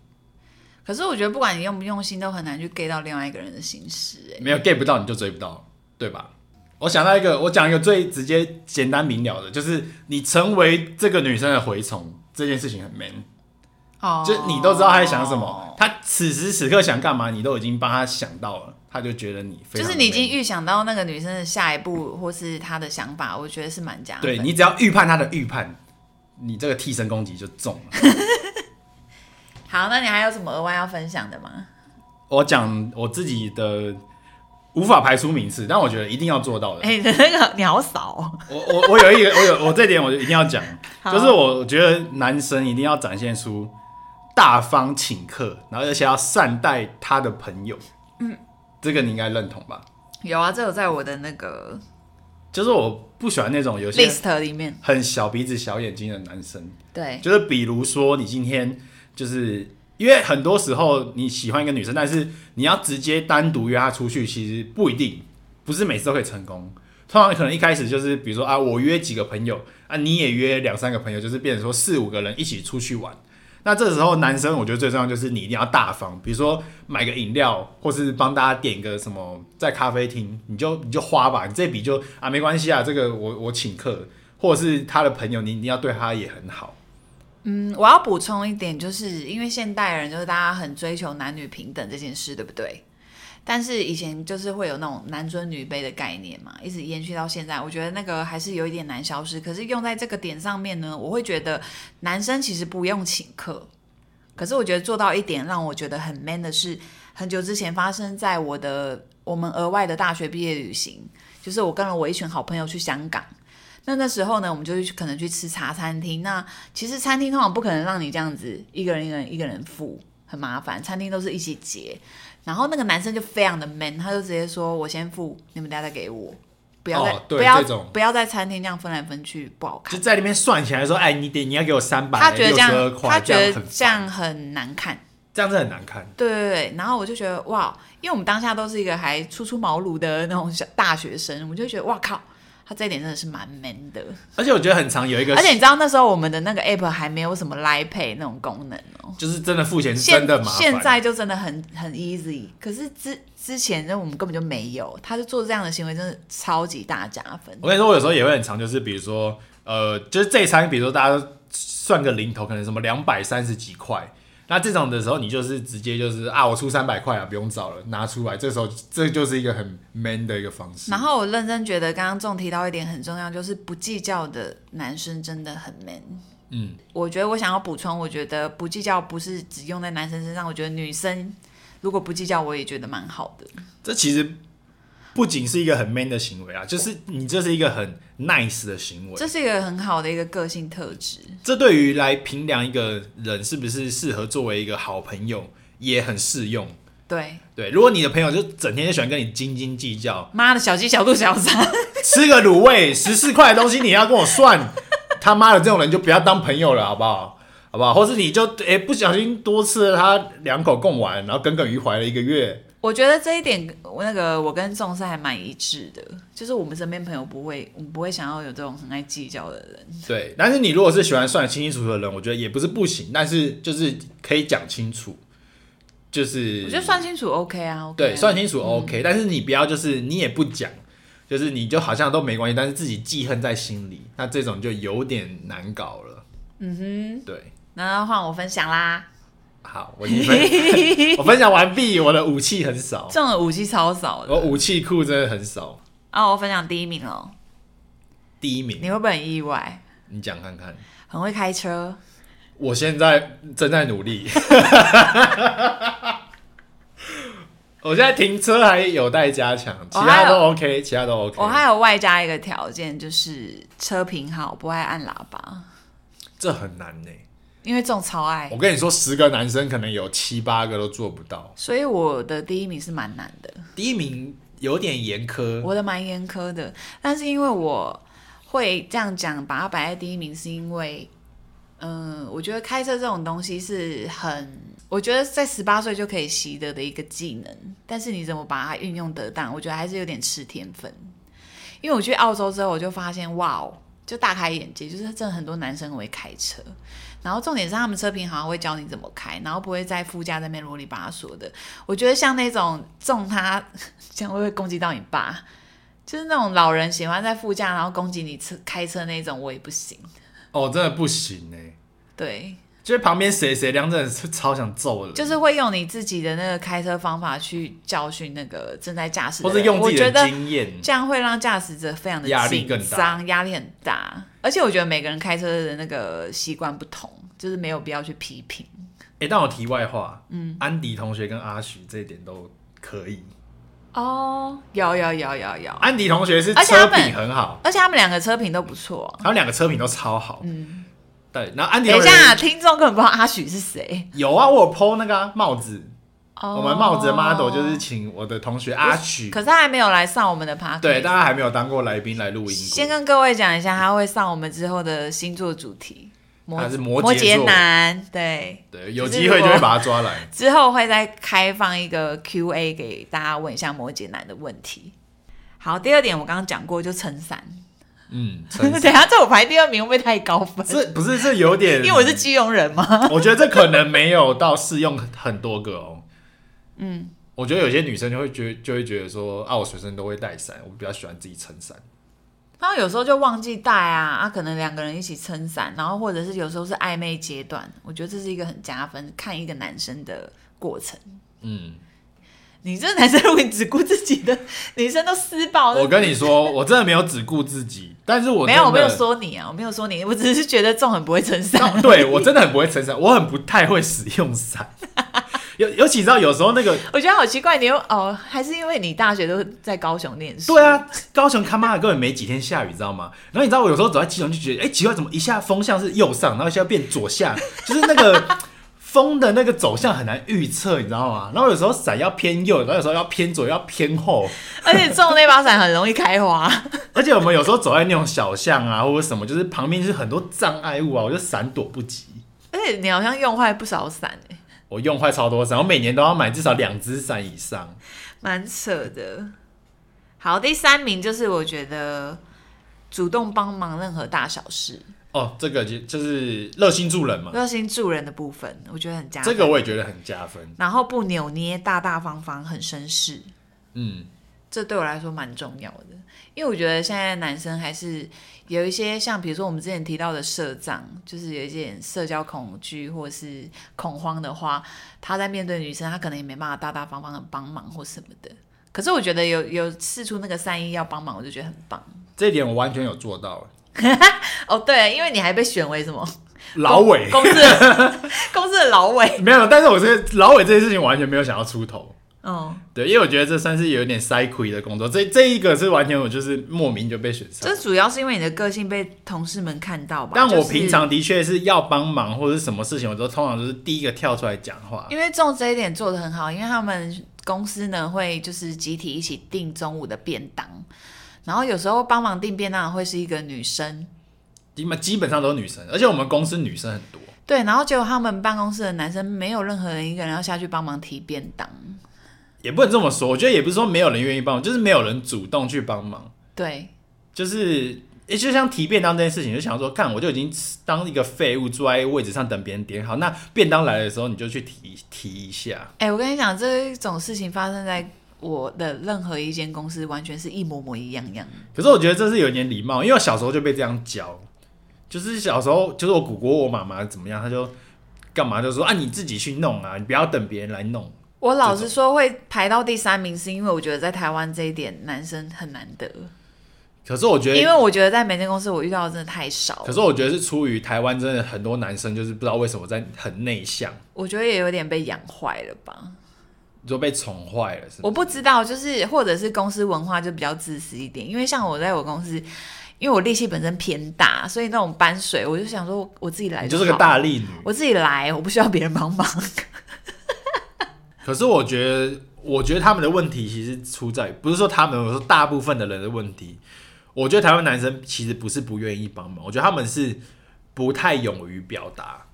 S2: 可是我觉得不管你用不用心，都很难去 get 到另外一个人的心思、欸。
S1: 没有 get 不到你就追不到，对吧？我想到一个，我讲一个最直接、简单明了的，就是你成为这个女生的蛔虫这件事情很 man，
S2: 哦，
S1: 就是你都知道她在想什么，，她此时此刻想干嘛，你都已经帮她想到了，她就觉得你非
S2: 就
S1: 常
S2: 是你已
S1: man
S2: 经预想到那个女生的下一步或是她的想法，我觉得是蛮加分
S1: 对
S2: 的。
S1: 你只要预判他的预判，你这个替身攻击就中了。
S2: 好，那你还有什么额外要分享的吗？
S1: 我讲我自己的无法排除名次，但我觉得一定要做到的。
S2: 哎、你的那个鸟嫂，
S1: 我我我有一个，我有我这点我就一定要讲，
S2: 好
S1: 就是我觉得男生一定要展现出大方请客，然后而且要善待他的朋友。嗯，这个你应该认同吧？
S2: 有啊，这有在我的那个
S1: 就是我不喜欢那种有些
S2: list 里面。
S1: 很小鼻子小眼睛的男生。
S2: 对，
S1: 就是比如说，你今天就是因为很多时候你喜欢一个女生，但是你要直接单独约她出去，其实不一定，不是每次都可以成功。通常可能一开始就是，比如说啊，我约几个朋友啊，你也约两三个朋友，就是变成说四五个人一起出去玩。那这时候男生，我觉得最重要就是你一定要大方，比如说买个饮料，或是帮大家点个什么，在咖啡厅你就你就花吧，你这笔就啊没关系啊，这个我我请客，或者是他的朋友，你一定要对他也很好。
S2: 嗯，我要补充一点，就是因为现代人就是大家很追求男女平等这件事，对不对？但是以前就是会有那种男尊女卑的概念嘛，一直延续到现在，我觉得那个还是有一点难消失。可是用在这个点上面呢，我会觉得男生其实不用请客，可是我觉得做到一点让我觉得很 man 的是，很久之前发生在我的我们额外的大学毕业旅行，就是我跟了我一群好朋友去香港。那那时候呢，我们就去可能去吃茶餐厅。那其实餐厅通常不可能让你这样子一个人一个人一个人付，很麻烦。餐厅都是一起结。然后那个男生就非常的 man，他就直接说：“我先付，你们大家再给我，不要再、
S1: 哦对
S2: 不要
S1: 这种
S2: 不要在餐厅这样分来分去，不好看。”
S1: 就在那边算起来说，哎，你得你要给我三百，
S2: 他觉得这
S1: 62
S2: 样，
S1: 块
S2: 他
S1: 这
S2: 觉
S1: 样
S2: 得
S1: 很
S2: 这样很难看。
S1: 这样是很难看。
S2: 对对对，然后我就觉得哇，因为我们当下都是一个还初出茅庐的那种小大学生，我就觉得哇靠，他这一点真的是蛮 man 的。
S1: 而且我觉得很常有一个，
S2: 而且你知道那时候我们的那个 app 还没有什么 Line Pay 那种功能哦、
S1: 就是真的付钱是
S2: 现
S1: 真的麻烦。
S2: 现在就真的很很 easy，可是之之前呢，我们根本就没有，他就做这样的行为，真的超级大加分。
S1: 我跟你说，我有时候也会很常，就是比如说，呃，就是这一餐，比如说大家算个零头，可能什么两百三十几块，那这种的时候，你就是直接就是啊，我出三百块啊，不用找了，拿出来。这时候这就是一个很 man 的一个方式。
S2: 然后我认真觉得，刚刚仲提到一点很重要，就是不计较的男生真的很 man。
S1: 嗯，
S2: 我觉得我想要补充，我觉得不计较不是只用在男生身上，我觉得女生如果不计较，我也觉得蛮好的。
S1: 这其实不仅是一个很 man 的行为啊，就是你这是一个很 nice 的行为
S2: 这。是一个很好的一个个性特质。
S1: 这对于来评量一个人是不是适合作为一个好朋友，也很适用。
S2: 对，
S1: 对，如果你的朋友就整天就喜欢跟你斤斤计较，
S2: 妈的小鸡小肚小三，
S1: 吃个卤味十四块的东西，你要跟我算，他妈的这种人就不要当朋友了，好不好？好不好？或是你就诶、不小心多吃了他两口贡丸，然后耿耿于怀了一个月。
S2: 我觉得这一点，我那个我跟仲是还蛮一致的，就是我们身边朋友不会，我们不会想要有这种很爱计较的人。
S1: 对，但是你如果是喜欢算清清楚楚的人，我觉得也不是不行，但是就是可以讲清楚，就是
S2: 我觉得算清楚 OK 啊，OK 啊
S1: 对算清楚 OK，、但是你不要就是你也不讲，就是你就好像都没关系，但是自己记恨在心里，那这种就有点难搞了。嗯哼，对。
S2: 然后换我分享啦，
S1: 好，我已经 分我分享完毕，我的武器很少，
S2: 这种武器超少
S1: 我
S2: 的。
S1: 武器库真的很少。
S2: 啊，我分享第一名哦，
S1: 第一
S2: 你
S1: 名，
S2: 会不会很意外？
S1: 你讲看看。
S2: 很会开车，
S1: 我现在正在努 力，我现在停车还有待加强，其
S2: 我
S1: 他
S2: 还有
S1: 都 OK，其他都 OK。
S2: 我还有外加一个条件，就是车品好，不爱按喇叭，
S1: 这很难呢、
S2: 因为仲超爱
S1: 我，跟你说，十个男生可能有七八个都做不到。
S2: 所以我的第一名是蛮难的。
S1: 第一名有点严苛，
S2: 我的蛮严苛的，但是因为我会这样讲，把它摆在第一名，是因为，嗯，我觉得开车这种东西是很，我觉得在十八岁就可以习得的一个技能，但是你怎么把它运用得当，我觉得还是有点吃天分。因为我去澳洲之后，我就发现，哇哦，就大开眼界，就是真的很多男生很会开车。然后重点是他们车评好像会教你怎么开，然后不会在副驾那边啰里吧嗦的。我觉得像那种中他， 这样会不会攻击到你爸？就是那种老人喜欢在副驾，然后攻击你车开车那种，我也不行。
S1: 哦，真的不行呢、
S2: 对，
S1: 就是旁边谁谁梁真的是超想揍人，
S2: 就是会用你自己的那个开车方法去教训那个正在驾驶的
S1: 或
S2: 人，
S1: 是用自己
S2: 我
S1: 的
S2: 觉得
S1: 经验。
S2: 这样会让驾驶者非常的
S1: 压力更大
S2: 紧张，压力很大。而且我觉得每个人开车的那个习惯不同，就是没有必要去批评。
S1: 哎、但我题外话，嗯，安迪同学跟阿许这一点都可以。
S2: 哦，有有有有有，
S1: 安迪同学是
S2: 而且他
S1: 车
S2: 们
S1: 品很好，
S2: 而且他们两个车评都不错、
S1: 他们两个车品都超好。嗯，对。然后安迪
S2: 等
S1: 同
S2: 一
S1: 学
S2: 下，啊听众根本不知道阿许是谁。
S1: 有啊，我有 PO 那个、啊、帽子，
S2: 哦
S1: 我们帽子的 model 就是请我的同学阿许
S2: 可。是他还没有来上我们的 p a
S1: 对，大家还没有当过来宾来录音
S2: 先
S1: 过。
S2: 跟各位讲一下，他会上我们之后的星座主题，摩
S1: 他是摩
S2: 摩
S1: 羯
S2: 羯
S1: 座
S2: 男，对，
S1: 对，有
S2: 就是
S1: 机会就会
S2: 我
S1: 把他抓 来。
S2: 之后会再开放一个 Q&A 给大家问一下摩羯男的问题。好，第二点我刚刚讲过，就撑伞。
S1: 嗯，
S2: 等一下这我排第二名会不会太高分？
S1: 这不是这有点，
S2: 因为我是基隆人嘛。
S1: 我觉得这可能没有到适用很多个哦。 嗯，我觉得有些女生就会觉就会觉得说啊，我随身都会带伞，我比较喜欢自己撑伞。
S2: 然后有时候就忘记带啊，啊，可能两个人一起撑伞，然后或者是有时候是暧昧阶段，我觉得这是一个很加分，看一个男生的过程。
S1: 嗯，
S2: 你这男生如果你只顾自己的， 女生都施暴，
S1: 我跟你说，我真的没有只顾自己，但是我
S2: 哦没有，我
S1: 真的
S2: 没有，说你啊，我没有说你，我只是觉得仲很不会 撑伞。
S1: 对我真的很不会撑伞，我很不太会使用伞。 尤尤其你知道，有时候那个
S2: 我觉得好奇怪，你又哦，还是因为你大学都在高雄念书？
S1: 对，啊，高雄他妈的根本没几天下雨，知道吗？然后你知道我有时候走在基隆就觉得，哎、奇怪，怎么一下风向是右上，然后一下变左下，就是那个风的那个走向很难预测，你知道吗？然后有时候伞要偏右，然后有时候要偏左，要偏后，
S2: 而且中那把伞很容易开花，
S1: 而且我们有时候走在那种小巷啊，或者什么，就是旁边就是很多障碍物啊，我就闪躲不及。
S2: 而且你好像用坏不少伞、欸，
S1: 我用坏超多伞，我每年都要买至少两只伞以上。
S2: 蛮扯的。好，第三名就是我觉得主动帮忙任何大小事，
S1: 哦，这个就就是热心助人嘛，
S2: 热心助人的部分，我觉得很加分。
S1: 这个我也觉得很加分。
S2: 然后不扭捏，大大方方，很绅士，
S1: 嗯，
S2: 这对我来说蛮重要的。因为我觉得现在男生还是有一些像，比如说我们之前提到的社长，就是有一点社交恐惧或是恐慌的话，他在面对女生，他可能也没办法大大方方的帮忙或什么的。可是我觉得有有试出那个善意要帮忙，我就觉得很棒。
S1: 这一点我完全有做到。欸
S2: 哦，对，因为你还被选为什么
S1: 老伟
S2: 公公 司的公司的老委，
S1: 没有，但是我这个老伟这件事情完全没有想要出头。
S2: 嗯，
S1: 对，因为我觉得这算是有一点塞亏的工作，这这一个是完全我就是莫名就被选上
S2: 这。主要是因为你的个性被同事们看到吧。
S1: 啊但
S2: 就
S1: 我
S2: 是
S1: 平常的确是要帮忙或者是什么事情，我都通常都是第一个跳出来讲话。
S2: 因为中这一点做的很好，因为他们公司呢会就是集体一起订中午的便当，然后有时候帮忙订便当的会是一个女生，
S1: 基本基本上都是女生，而且我们公司女生很多。
S2: 对，然后结果他们办公室的男生没有任何人一个人要下去帮忙提便当，
S1: 也不能这么说，我觉得也不是说没有人愿意帮忙，就是没有人主动去帮忙，
S2: 对
S1: 就是。也就像提便当这件事情，就想说，看我就已经当一个废物坐在位置上等别人点好，那便当来的时候你就去提提一下。
S2: 哎、我跟你讲，这种事情发生在我的任何一间公司，完全是一模模一样样。
S1: 可是我觉得这是有点礼貌，因为我小时候就被这样教，就是小时候就是我姑姑我妈妈怎么样，她就干嘛就说啊你自己去弄啊，你不要等别人来弄。
S2: 我老实说，会排到第三名，是因为我觉得在台湾这一点男生很难得，
S1: 可是我觉
S2: 因为
S1: 得，
S2: 我觉得在每间公司我遇到的真的太少了
S1: 可是我觉得是出于台湾真的很多男生就是不知道为什么在很内向，
S2: 我觉得也有点被养坏了吧，
S1: 就被宠坏了，是吗
S2: 我？不知道，就是或者是公司文化就比较自私一点，因为像我在我公司，因为我力气本身偏大，所以那种搬水，我就想说我自己来
S1: 你
S2: 就
S1: 就
S2: 好
S1: 是个大，力女。
S2: 我自己来，我不需要别人 帮忙。
S1: 可是我觉得，我觉得他们的问题其实出在不是说他们，我说大部分的人的问题。我觉得台湾男生其实不是不愿意帮忙，我觉得他们是不太勇于表达。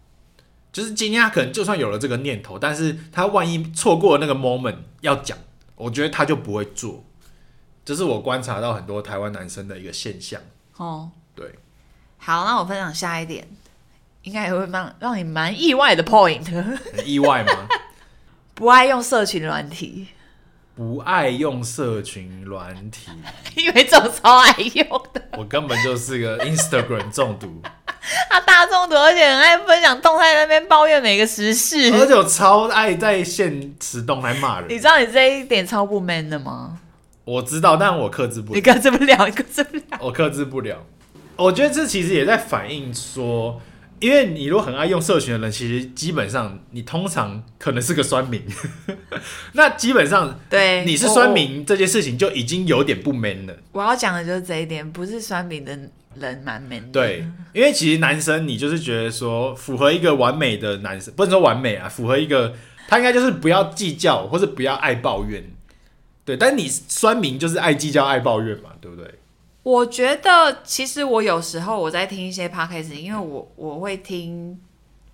S1: 就是今天他可能就算有了这个念头，但是他万一错过了那个 moment 要讲，我觉得他就不会做。这是我观察到很多台湾男生的一个现象。
S2: 哦，
S1: 对，
S2: 好，那我分享下一点，应该也会让让你蛮意外的 point，
S1: 很意外吗？
S2: 不爱用社群软体，
S1: 不爱用社群软体，
S2: 因为这种超爱用的，
S1: 我根本就是个 Instagram 中毒。
S2: 他大众毒，而且很爱分享动态，在那边抱怨每个时事。
S1: 而且我超爱在现实动来骂
S2: 你
S1: 人
S2: 知。道你这一点超不 man 的吗？
S1: 我知道，但我克制不
S2: 你
S1: 了，
S2: 克制不了，你克制不了。
S1: 我克制不了。我觉得这其实也在反映说，因为你如果很爱用社群的人，其实基本上你通常可能是个酸民。 那基本上
S2: 对，
S1: 你是酸民这件事情就已经有点不 man 了。
S2: 我。我要讲的就是这一点，不是酸民的人蛮 man 的。
S1: 对，因为其实男生你就是觉得说，符合一个完美的男生，不能说完美啊，符合一个他应该就是不要计较，或是不要爱抱怨。对，但你酸民就是爱计较、爱抱怨嘛，对不对？
S2: 我觉得其实我有时候我在听一些 podcast，因为我我会听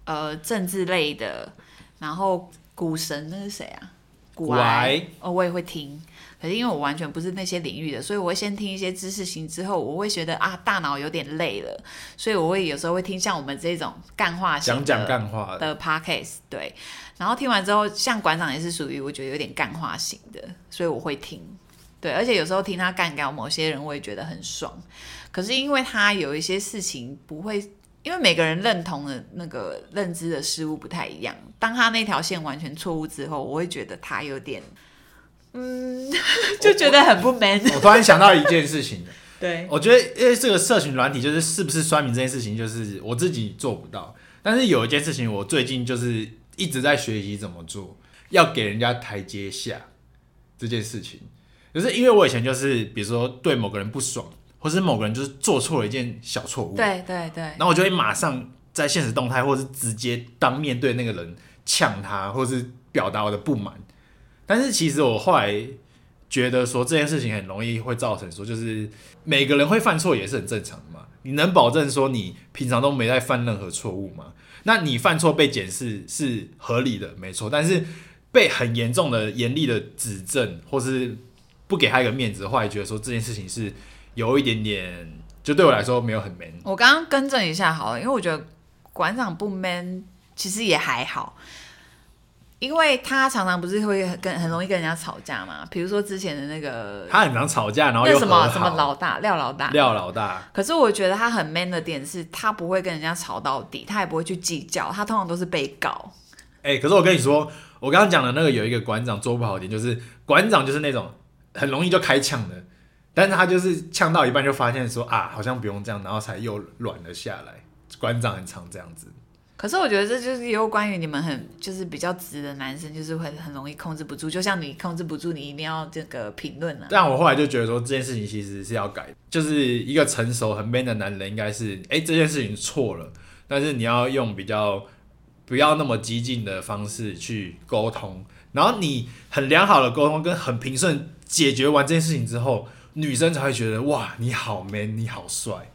S2: 呃政治类的，然后股神那是谁啊？古
S1: 古
S2: 癌
S1: 癌
S2: 哦，我也会听。可是因为我完全不是那些领域的，所以我会先听一些知识型，之后我会觉得啊，大脑有点累了，所以我会有时候会听像我们这种干话型的
S1: 讲讲干话的，
S2: 的 podcast，对。然后听完之后，像馆长也是属于我觉得有点干话型的，所以我会听。对，而且有时候听他干掉某些人，我也觉得很爽。可是因为他有一些事情不会，因为每个人认同的那个认知的事物不太一样。当他那条线完全错误之后，我会觉得他有点，嗯， 就觉得很不 man。
S1: 我突然想到一件事情，
S2: 对，
S1: 我觉得因为这个社群软体就是是不是酸民这件事情，就是我自己做不到，但是有一件事情我最近就是一直在学习怎么做，要给人家台阶下这件事情，就是因为我以前就是比如说对某个人不爽，或是某个人就是做错了一件小错误，
S2: 对对对
S1: 然，后我就会马上在现实动态，或是直接当面对那个人呛他，或是表达我的不满。但是其实我后来觉得说这件事情很容易会造成说，就是每个人会犯错也是很正常的嘛。你能保证说你平常都没在犯任何错误吗？那你犯错被检视是合理的，没错。但是被很严重的、严厉的指正，或是不给他一个面子的话，也觉得说这件事情是有一点点就对我来说没有很 man。
S2: 我刚刚更正一下好了，因为我觉得馆长不 man 其实也还好，因为他常常不是会很跟很容易跟人家吵架嘛，比如说之前的那个
S1: 他很常吵架，然后又
S2: 那什么
S1: 和好
S2: 什么老大廖老大，
S1: 廖老大，
S2: 可是我觉得他很 man 的点是他不会跟人家吵到底，他也不会去计较，他通常都是被告。
S1: 哎、可是我跟你说，我刚刚讲的那个有一个馆长做不好的点，就是馆长就是那种很容易就开呛的，但是他就是呛到一半就发现说啊，好像不用这样，然后才又软了下来。馆长很常这样子，
S2: 可是我觉得这就是也有关于你们很就是比较直的男生，就是会很容易控制不住，就像你控制不住，你一定要这个评论啊。
S1: 但我后来就觉得说这件事情其实是要改的，呃就是一个成熟很 man 的男人应该是，哎、这件事情错了，但是你要用比较不要那么激进的方式去沟通，然后你很良好的沟通跟很平顺解决完这件事情之后，女生才会觉得哇你好 man 你好帅，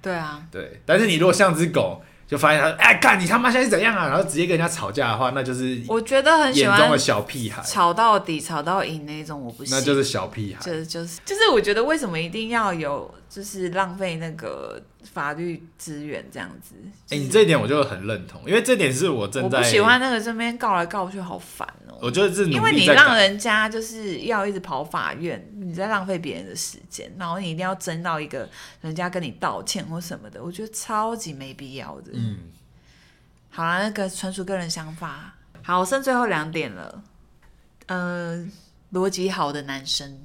S2: 对啊，
S1: 对，但是你如果像只狗。就发现他，哎、干你他妈现在是怎样啊？然后直接跟人家吵架的话，那就是
S2: 我觉得很喜
S1: 眼中
S2: 欢
S1: 的小屁孩，
S2: 吵到底、吵到赢那种，我不行。
S1: 那就是小屁孩。
S2: 就是就是就是，我觉得为什么一定要有就是浪费那个法律资源这样子？
S1: 哎、
S2: 就是
S1: 你这一点我就很认同，因为这点是我正
S2: 我
S1: 在
S2: 不喜欢那个这边告来告去，好烦哦、
S1: 我就是努力
S2: 因为你
S1: 在
S2: 让
S1: 改
S2: 人家就是要一直跑法院，你在浪费别人的时间，然后你一定要争到一个人家跟你道歉或什么的，我觉得超级没必要的。
S1: 嗯，
S2: 好啦，那个纯属个人想法。好，剩最后两点了。呃，逻辑好的男生，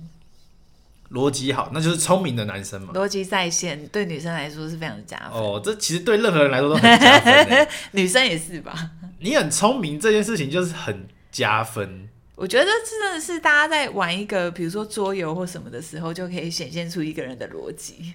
S1: 逻辑好，那就是聪明的男生嘛。
S2: 逻辑在线，对女生来说是非常加分，
S1: 哦，这其实对任何人来说都很加分 欸。
S2: 女生也是吧？
S1: 你很聪明这件事情就是很加分，
S2: 我觉得真的是大家在玩一个，比如说桌游或什么的时候，就可以显现出一个人的逻辑。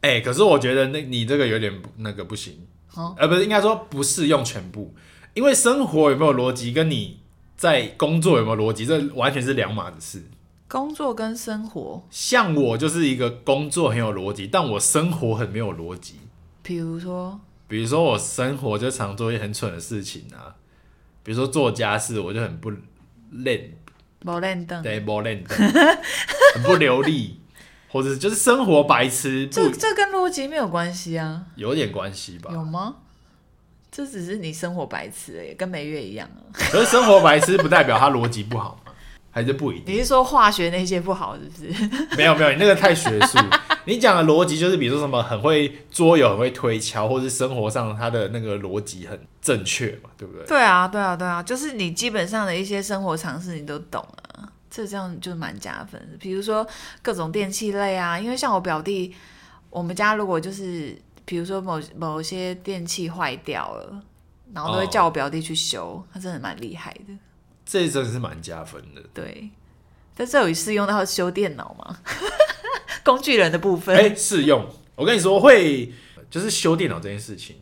S1: 哎、可是我觉得那你这个有点不那个不行，
S2: 哦
S1: 呃，不是应该说不适用全部，因为生活有没有逻辑跟你在工作有没有逻辑，这完全是两码子事。
S2: 工作跟生活，
S1: 像我就是一个工作很有逻辑，但我生活很没有逻辑。
S2: 比如说，
S1: 比如说我生活就常做一些很蠢的事情啊，比如说做家事，我就很不练，
S2: 某练凳，
S1: 对，不练 的，很不流利，或者是就是生活白痴，不
S2: 这这跟逻辑没有关系啊，
S1: 有点关系吧？
S2: 有吗？这只是你生活白痴而已，跟每月一样啊。
S1: 可是生活白痴不代表他逻辑不好嘛，还是不一定。
S2: 你是说化学那些不好是不是？
S1: 没有没有，你那个太学术。你讲的逻辑就是，比如说什么很会桌游、很会推敲，或是生活上他的那个逻辑很正确嘛，对不对？
S2: 对啊，对啊，对啊，就是你基本上的一些生活常识你都懂啊，这这样就蛮加分的。比如说各种电器类啊，因为像我表弟，我们家如果就是比如说某某些电器坏掉了，然后都会
S1: 哦
S2: 叫我表弟去修，他真的蛮厉害的。
S1: 这真的是蛮加分的。
S2: 对，在这里是用到修电脑吗？ 工具人的部分，
S1: 哎、试用。我跟你说，会就是修电脑这件事情，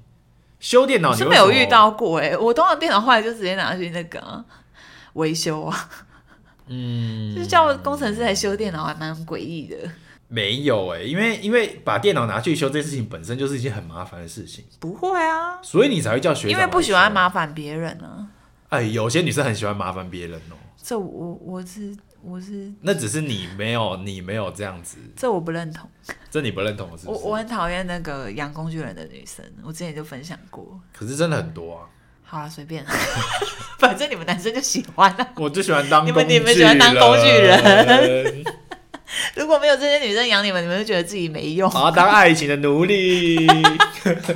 S1: 修电脑哦你
S2: 是
S1: 为
S2: 没有
S1: 什么
S2: 遇。到过哎、我通常电脑坏了就直接拿去那个啊维、修啊，
S1: 嗯，
S2: 就是叫工程师来修电脑，还蛮诡异的。
S1: 没有哎、因为因为把电脑拿去修这件事情本身就是一件很麻烦的事情，
S2: 不会啊，
S1: 所以你才会叫学长。
S2: 因为不喜欢。麻烦别人啊。
S1: 哎，有些女生很喜欢麻烦别人哦、
S2: 这我我是我是
S1: 那只是你没有你没有这样子，
S2: 这我不认同，
S1: 这你不认同是不
S2: 我
S1: 是？
S2: 我很讨厌那个养工具人的女生，我之前就分享过。
S1: 可是真的很多啊，
S2: 好了，随 便啦，反正你们男生就喜欢啊。
S1: 我就喜欢当
S2: 你们
S1: 工具
S2: 你们喜欢当工具
S1: 人，
S2: 如果没有这些女生养你们，你们就觉得自己没用。
S1: 我要当爱情的奴隶。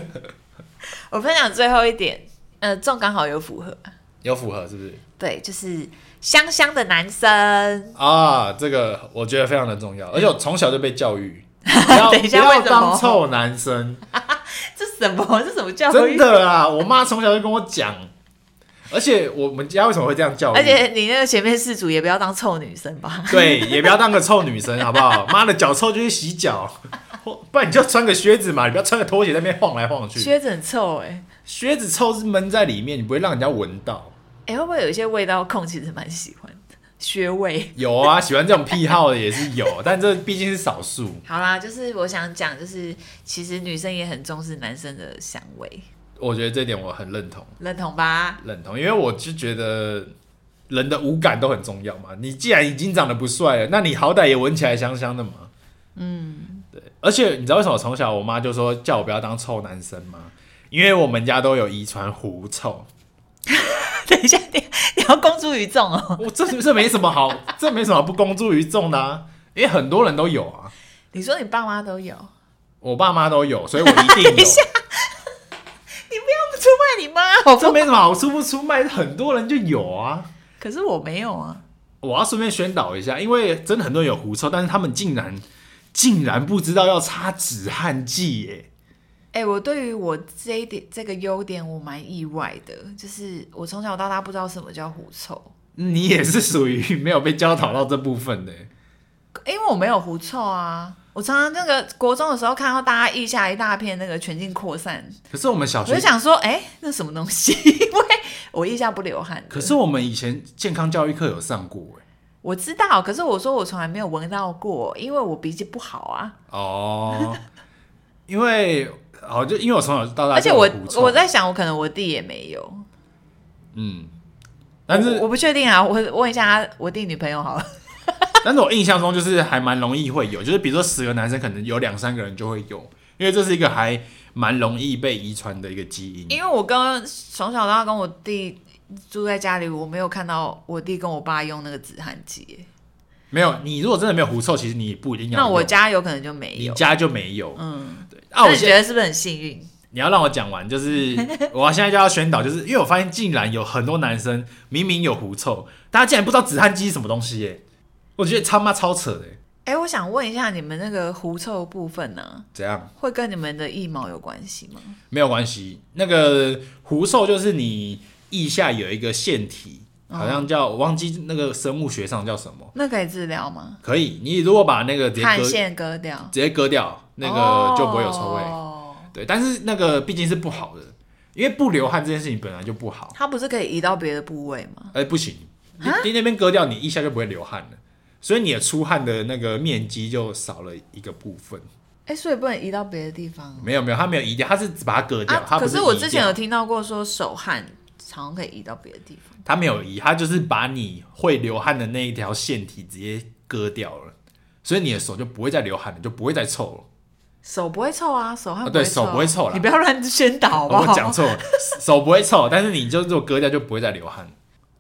S2: 我分享最后一点，呃，重刚好有符合，
S1: 有符合是不是？
S2: 对，就是香香的男生。
S1: 啊，这个我觉得非常的重要，而且我从小就被教 育，不要
S2: 嗯等一下
S1: 不要
S2: 为什么
S1: 当臭男 生，
S2: 这什么？这什么教
S1: 真
S2: 育？
S1: 的啊！我妈从小就跟我讲，而且我们家为什么会这样教育？
S2: 而且你那个前面四组也不要当臭女生吧？
S1: 对，也不要当个臭女生，好不好？ 妈的，脚臭就去洗脚， 或不然你就穿个靴子嘛，你不要穿个拖鞋在那边晃来晃去。靴
S2: 靴子很臭哎、欸，
S1: 子臭是闷在里面，你不会让人家闻到。
S2: 哎、会不会有一些味道控其实蛮喜欢的？靴味。
S1: 有啊，喜欢这种癖好的也是有，但这毕竟是少数。
S2: 好啦，就是我想讲，就是其实女生也很重视男生的香味，
S1: 我觉得这点我很认同。
S2: 认同吧？
S1: 认同，因为我就觉得人的五感都很重要嘛。你既然已经长得不帅了，那你好歹也闻起来香香的嘛。嗯，对。而且你知道为什么从小我妈就说叫我不要当臭男生吗？因为我们家都有遗传狐臭。
S2: 等一下，你你要公诸于众哦。
S1: 我这这没什么好， 这没什么好不公诸于众的、啊，因为很多人都有啊，
S2: 你说你爸妈都有，你
S1: 我爸妈都有，所以我一定有。
S2: 不要出卖你妈好不
S1: 这
S2: 好？
S1: 没什么好出不出卖，很多人就有啊。
S2: 可是我没有啊，
S1: 我要顺便宣导一下，因为真的很多人有狐臭，但是他们竟然竟然不知道要擦止汗剂耶。
S2: 哎、我对于我这一点这个优点我蛮意外的，就是我从小到大不知道什么叫狐臭，
S1: 你也是属于没有被教导到这部分的耶，
S2: 因为我没有狐臭啊。我常常那个国中的时候看到大家腋下一大片那个全境扩散，
S1: 可是我们小
S2: 我就
S1: 学，
S2: 想说，哎、那什么东西？ 因为我腋下不流汗的。
S1: 可是我们以前健康教育课有上过哎。
S2: 我知道，可是我说我从来没有闻到过，因为我鼻子不好啊。
S1: 哦，因为哦，就因为我从小到大
S2: 而且
S1: 就有
S2: 我
S1: 狐臭
S2: 我在想，我可能我弟也没有，
S1: 嗯，但
S2: 我
S1: 是
S2: 我不确定啊。我问一下他我弟女朋友好了。
S1: 但是我印象中就是还蛮容易会有，就是比如说十个男生可能有两三个人就会有，因为这是一个还蛮容易被遗传的一个基因。
S2: 因为我跟从小到大跟我弟住在家里，我没有看到我弟跟我爸用那个止汗剂耶，
S1: 没有，你如果真的没有狐臭，其实你也不一定要
S2: 那
S1: 用。
S2: 我家有可能就没
S1: 你
S2: 有。
S1: 家就没有。
S2: 嗯，
S1: 啊，
S2: 那
S1: 我
S2: 你
S1: 现
S2: 觉得是不是很幸运？
S1: 你要让我讲完，就是 我现在就要宣导，就是因为我发现竟然有很多男生明明有狐臭，大家竟然不知道止汗剂是什么东西耶、我觉得他妈超扯的耶、
S2: 哎、我想问一下你们那个狐臭部分呢、
S1: 怎样？
S2: 会跟你们的腋毛有关系吗？
S1: 没有关系，那个狐臭就是你腋下有一个腺体，
S2: 哦
S1: 好像叫我忘记那个生物学上叫什么。
S2: 那可以治疗吗？
S1: 可以，你如果把那个直接
S2: 汗
S1: 割
S2: 腺割掉，
S1: 直接割掉，那个就不会有臭味。
S2: 哦
S1: 对，但是那个毕竟是不好的，因为不流汗这件事情本来就不好。
S2: 它不是可以移到别的部位吗？
S1: 哎、不行，你
S2: 啊
S1: 你那边割掉，你一下就不会流汗了，所以你的出汗的那个面积就少了一个部分。
S2: 哎、所以不能移到别的地方哦、
S1: 没有没有，它没有移掉，它是只把它割掉，它
S2: 啊，
S1: 不
S2: 可是我
S1: 移
S2: 之前
S1: 掉
S2: 有听到过说手汗常常可以移到别的地方。
S1: 它没有移，它就是把你会流汗的那一条腺体直接割掉了，所以你的手就不会再流汗了，就不会再臭了。
S2: 手不会臭啊，手汗
S1: 啊
S2: 不
S1: 对
S2: 会臭啊、
S1: 手不会臭啦
S2: 你不要乱宣导好不好？
S1: 我讲错了，手不会臭，但是你就如果割掉就不会再流汗。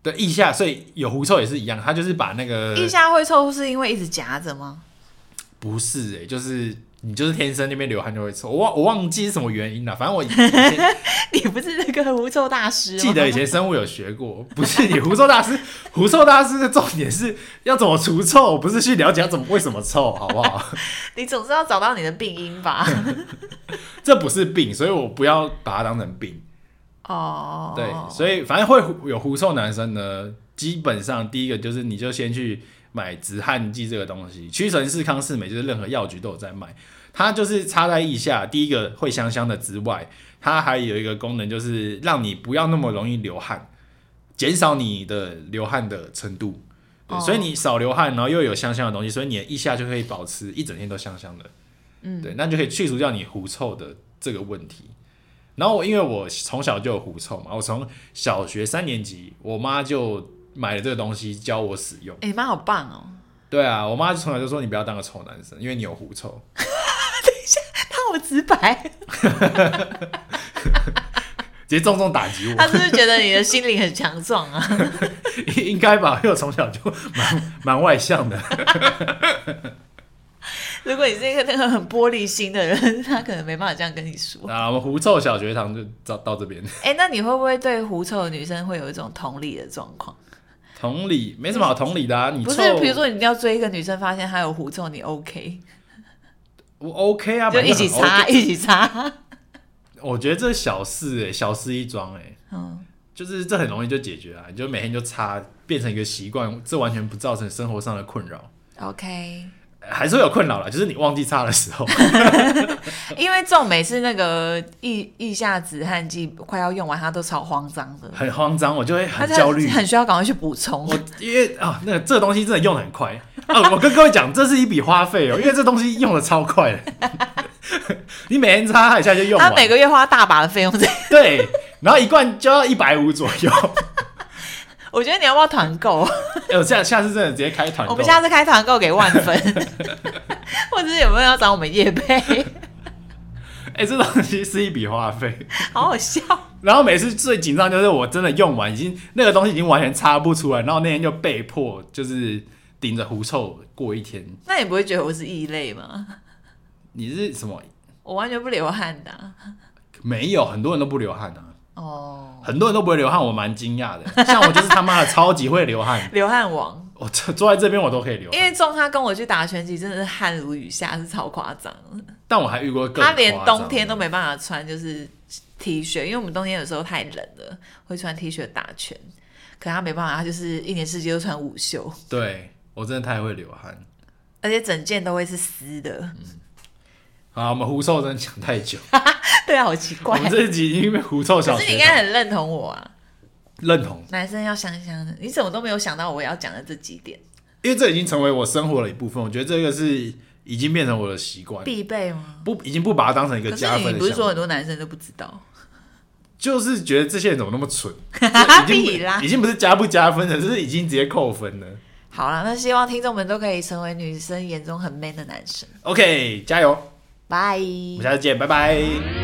S1: 对，腋下，所以有狐臭也是一样，它就是把那个
S2: 腋下会臭是因为一直夹着吗？
S1: 不是哎、就是你就是天生那边流汗就会臭，我忘我忘记是什么原因了，反正我以前
S2: 你不是那个狐臭大师哦吗？
S1: 记得以前生物有学过，不是你狐臭大师，狐臭大师的重点是要怎么除臭，不是去了解它怎么为什么臭，好不好？
S2: 你总是要找到你的病因吧？
S1: 这不是病，所以我不要把它当成病。
S2: 哦，
S1: 对，所以反正会狐有狐臭男生呢，基本上第一个就是你就先去买止汗剂这个东西，屈臣氏、康士美就是任何药局都有在卖。它就是擦在腋下，第一个会香香的之外，它还有一个功能就是让你不要那么容易流汗，减少你的流汗的程度。对，
S2: 哦
S1: 所以你少流汗，然后又有香香的东西，所以你的腋下就可以保持一整天都香香的。嗯，对，那就可以去除掉你狐臭的这个问题。然后我因为我从小就有狐臭嘛，我从小学三年级，我妈就买了这个东西教我使用。
S2: 哎、你妈好棒哦！
S1: 对啊，我妈就从小就说你不要当个臭男生，因为你有狐臭。
S2: 她好直白，
S1: 直接重重打击
S2: 她
S1: 我，
S2: 是不是觉得你的心灵很强壮啊？
S1: 应该吧？因为我从小就蛮蛮外向的，
S2: 如果你是一个那个很玻璃心的人，她可能没办法这样跟你 说。
S1: 啊，我们狐臭小学堂就到到这边。
S2: 哎、那你会不会对狐臭的女生会有一种同理的状况？
S1: 同理，没什么好同理的啊。你
S2: 不
S1: 臭，
S2: 是，比如说你要追一个女生，发现她有狐臭，你 OK
S1: 我 OK 啊，
S2: 就一起
S1: 本来就
S2: 擦，
S1: 很 OK。
S2: 一起擦。
S1: 我觉得这小事哎、小事一桩哎、
S2: 嗯。
S1: 就是这很容易就解决啊，你就每天就擦，变成一个习惯，这完全不造成生活上的困扰。
S2: OK，
S1: 还是会有困扰啦，就是你忘记擦的 时候，
S2: 因为皱每次那个腋腋下止汗剂快要用完，他都超慌张的，
S1: 很慌张，我就会
S2: 他
S1: 很
S2: 就
S1: 焦虑，
S2: 很需要赶快去补充。
S1: 我因为啊，那个这个东西真的用的很快啊！我跟各位讲，这是一笔花 费哦，因为这东西用的超快的， 你每天擦它一下就用
S2: 他
S1: 完，
S2: 每个月花大把的费用 在，
S1: 对，然后一罐就要一百五左右。
S2: 我觉得你要不要团购？
S1: 哎、我下下次真的直接开团购，
S2: 我们下次开团购给万分，或或者是有没有要找我们叶配？
S1: 哎、这东西是一笔花费。
S2: 好好笑。
S1: 然后每次最紧张就是我真的用完，已经那个东西已经完全擦不出来，然后那天就被迫就是顶着狐臭过一天。
S2: 那你不会觉得我是异类吗？
S1: 你是什么？
S2: 我完全不流汗的啊、
S1: 没有，很多人都不流汗啊，
S2: 哦，
S1: 很多人都不会流汗，我蛮惊讶的。像我就是他妈的超级会流汗，
S2: 流汗王。
S1: 我坐坐在这边我都可以流
S2: 因为
S1: 汗，
S2: 中他跟我去打拳击，真的是汗如雨下，是超夸张的。
S1: 但我还遇过更
S2: 他连
S1: 夸张的
S2: 冬天都没办法穿，就是 T 恤，因为我们冬天有时候太冷了，会穿 T 恤打拳。可他没办法，他就是一年四季都穿无袖，
S1: 对我真的太会流汗。
S2: 而且整件都会是湿的。
S1: 好，我们狐臭真的讲太久，
S2: 对啊，好奇
S1: 我
S2: 怪。
S1: 们这一集已经被狐臭小
S2: 可是
S1: 学
S2: 你应该
S1: 长
S2: 很认同我啊，
S1: 认同，
S2: 男生要香香的。你怎么都没有想到我要讲的这几点
S1: 因为这已经成为我生活的一部分。我觉得这个是已经变成我的习惯，
S2: 必备吗？
S1: 不已经不把它当成一个
S2: 可是
S1: 加
S2: 你
S1: 分
S2: 不
S1: 的
S2: 是说
S1: 项
S2: 很
S1: 目，
S2: 多男生都不知道？
S1: 就是觉得这些人怎么那么 蠢，
S2: 哈
S1: 已
S2: 必
S1: 经
S2: 啦
S1: 不已！经不是加不加分了，就是已经直接扣分了。
S2: 好啦，那希望听众们都可以成为女生眼中很 man 的男生。
S1: OK，加油，
S2: 拜。
S1: 我们下次见，拜拜。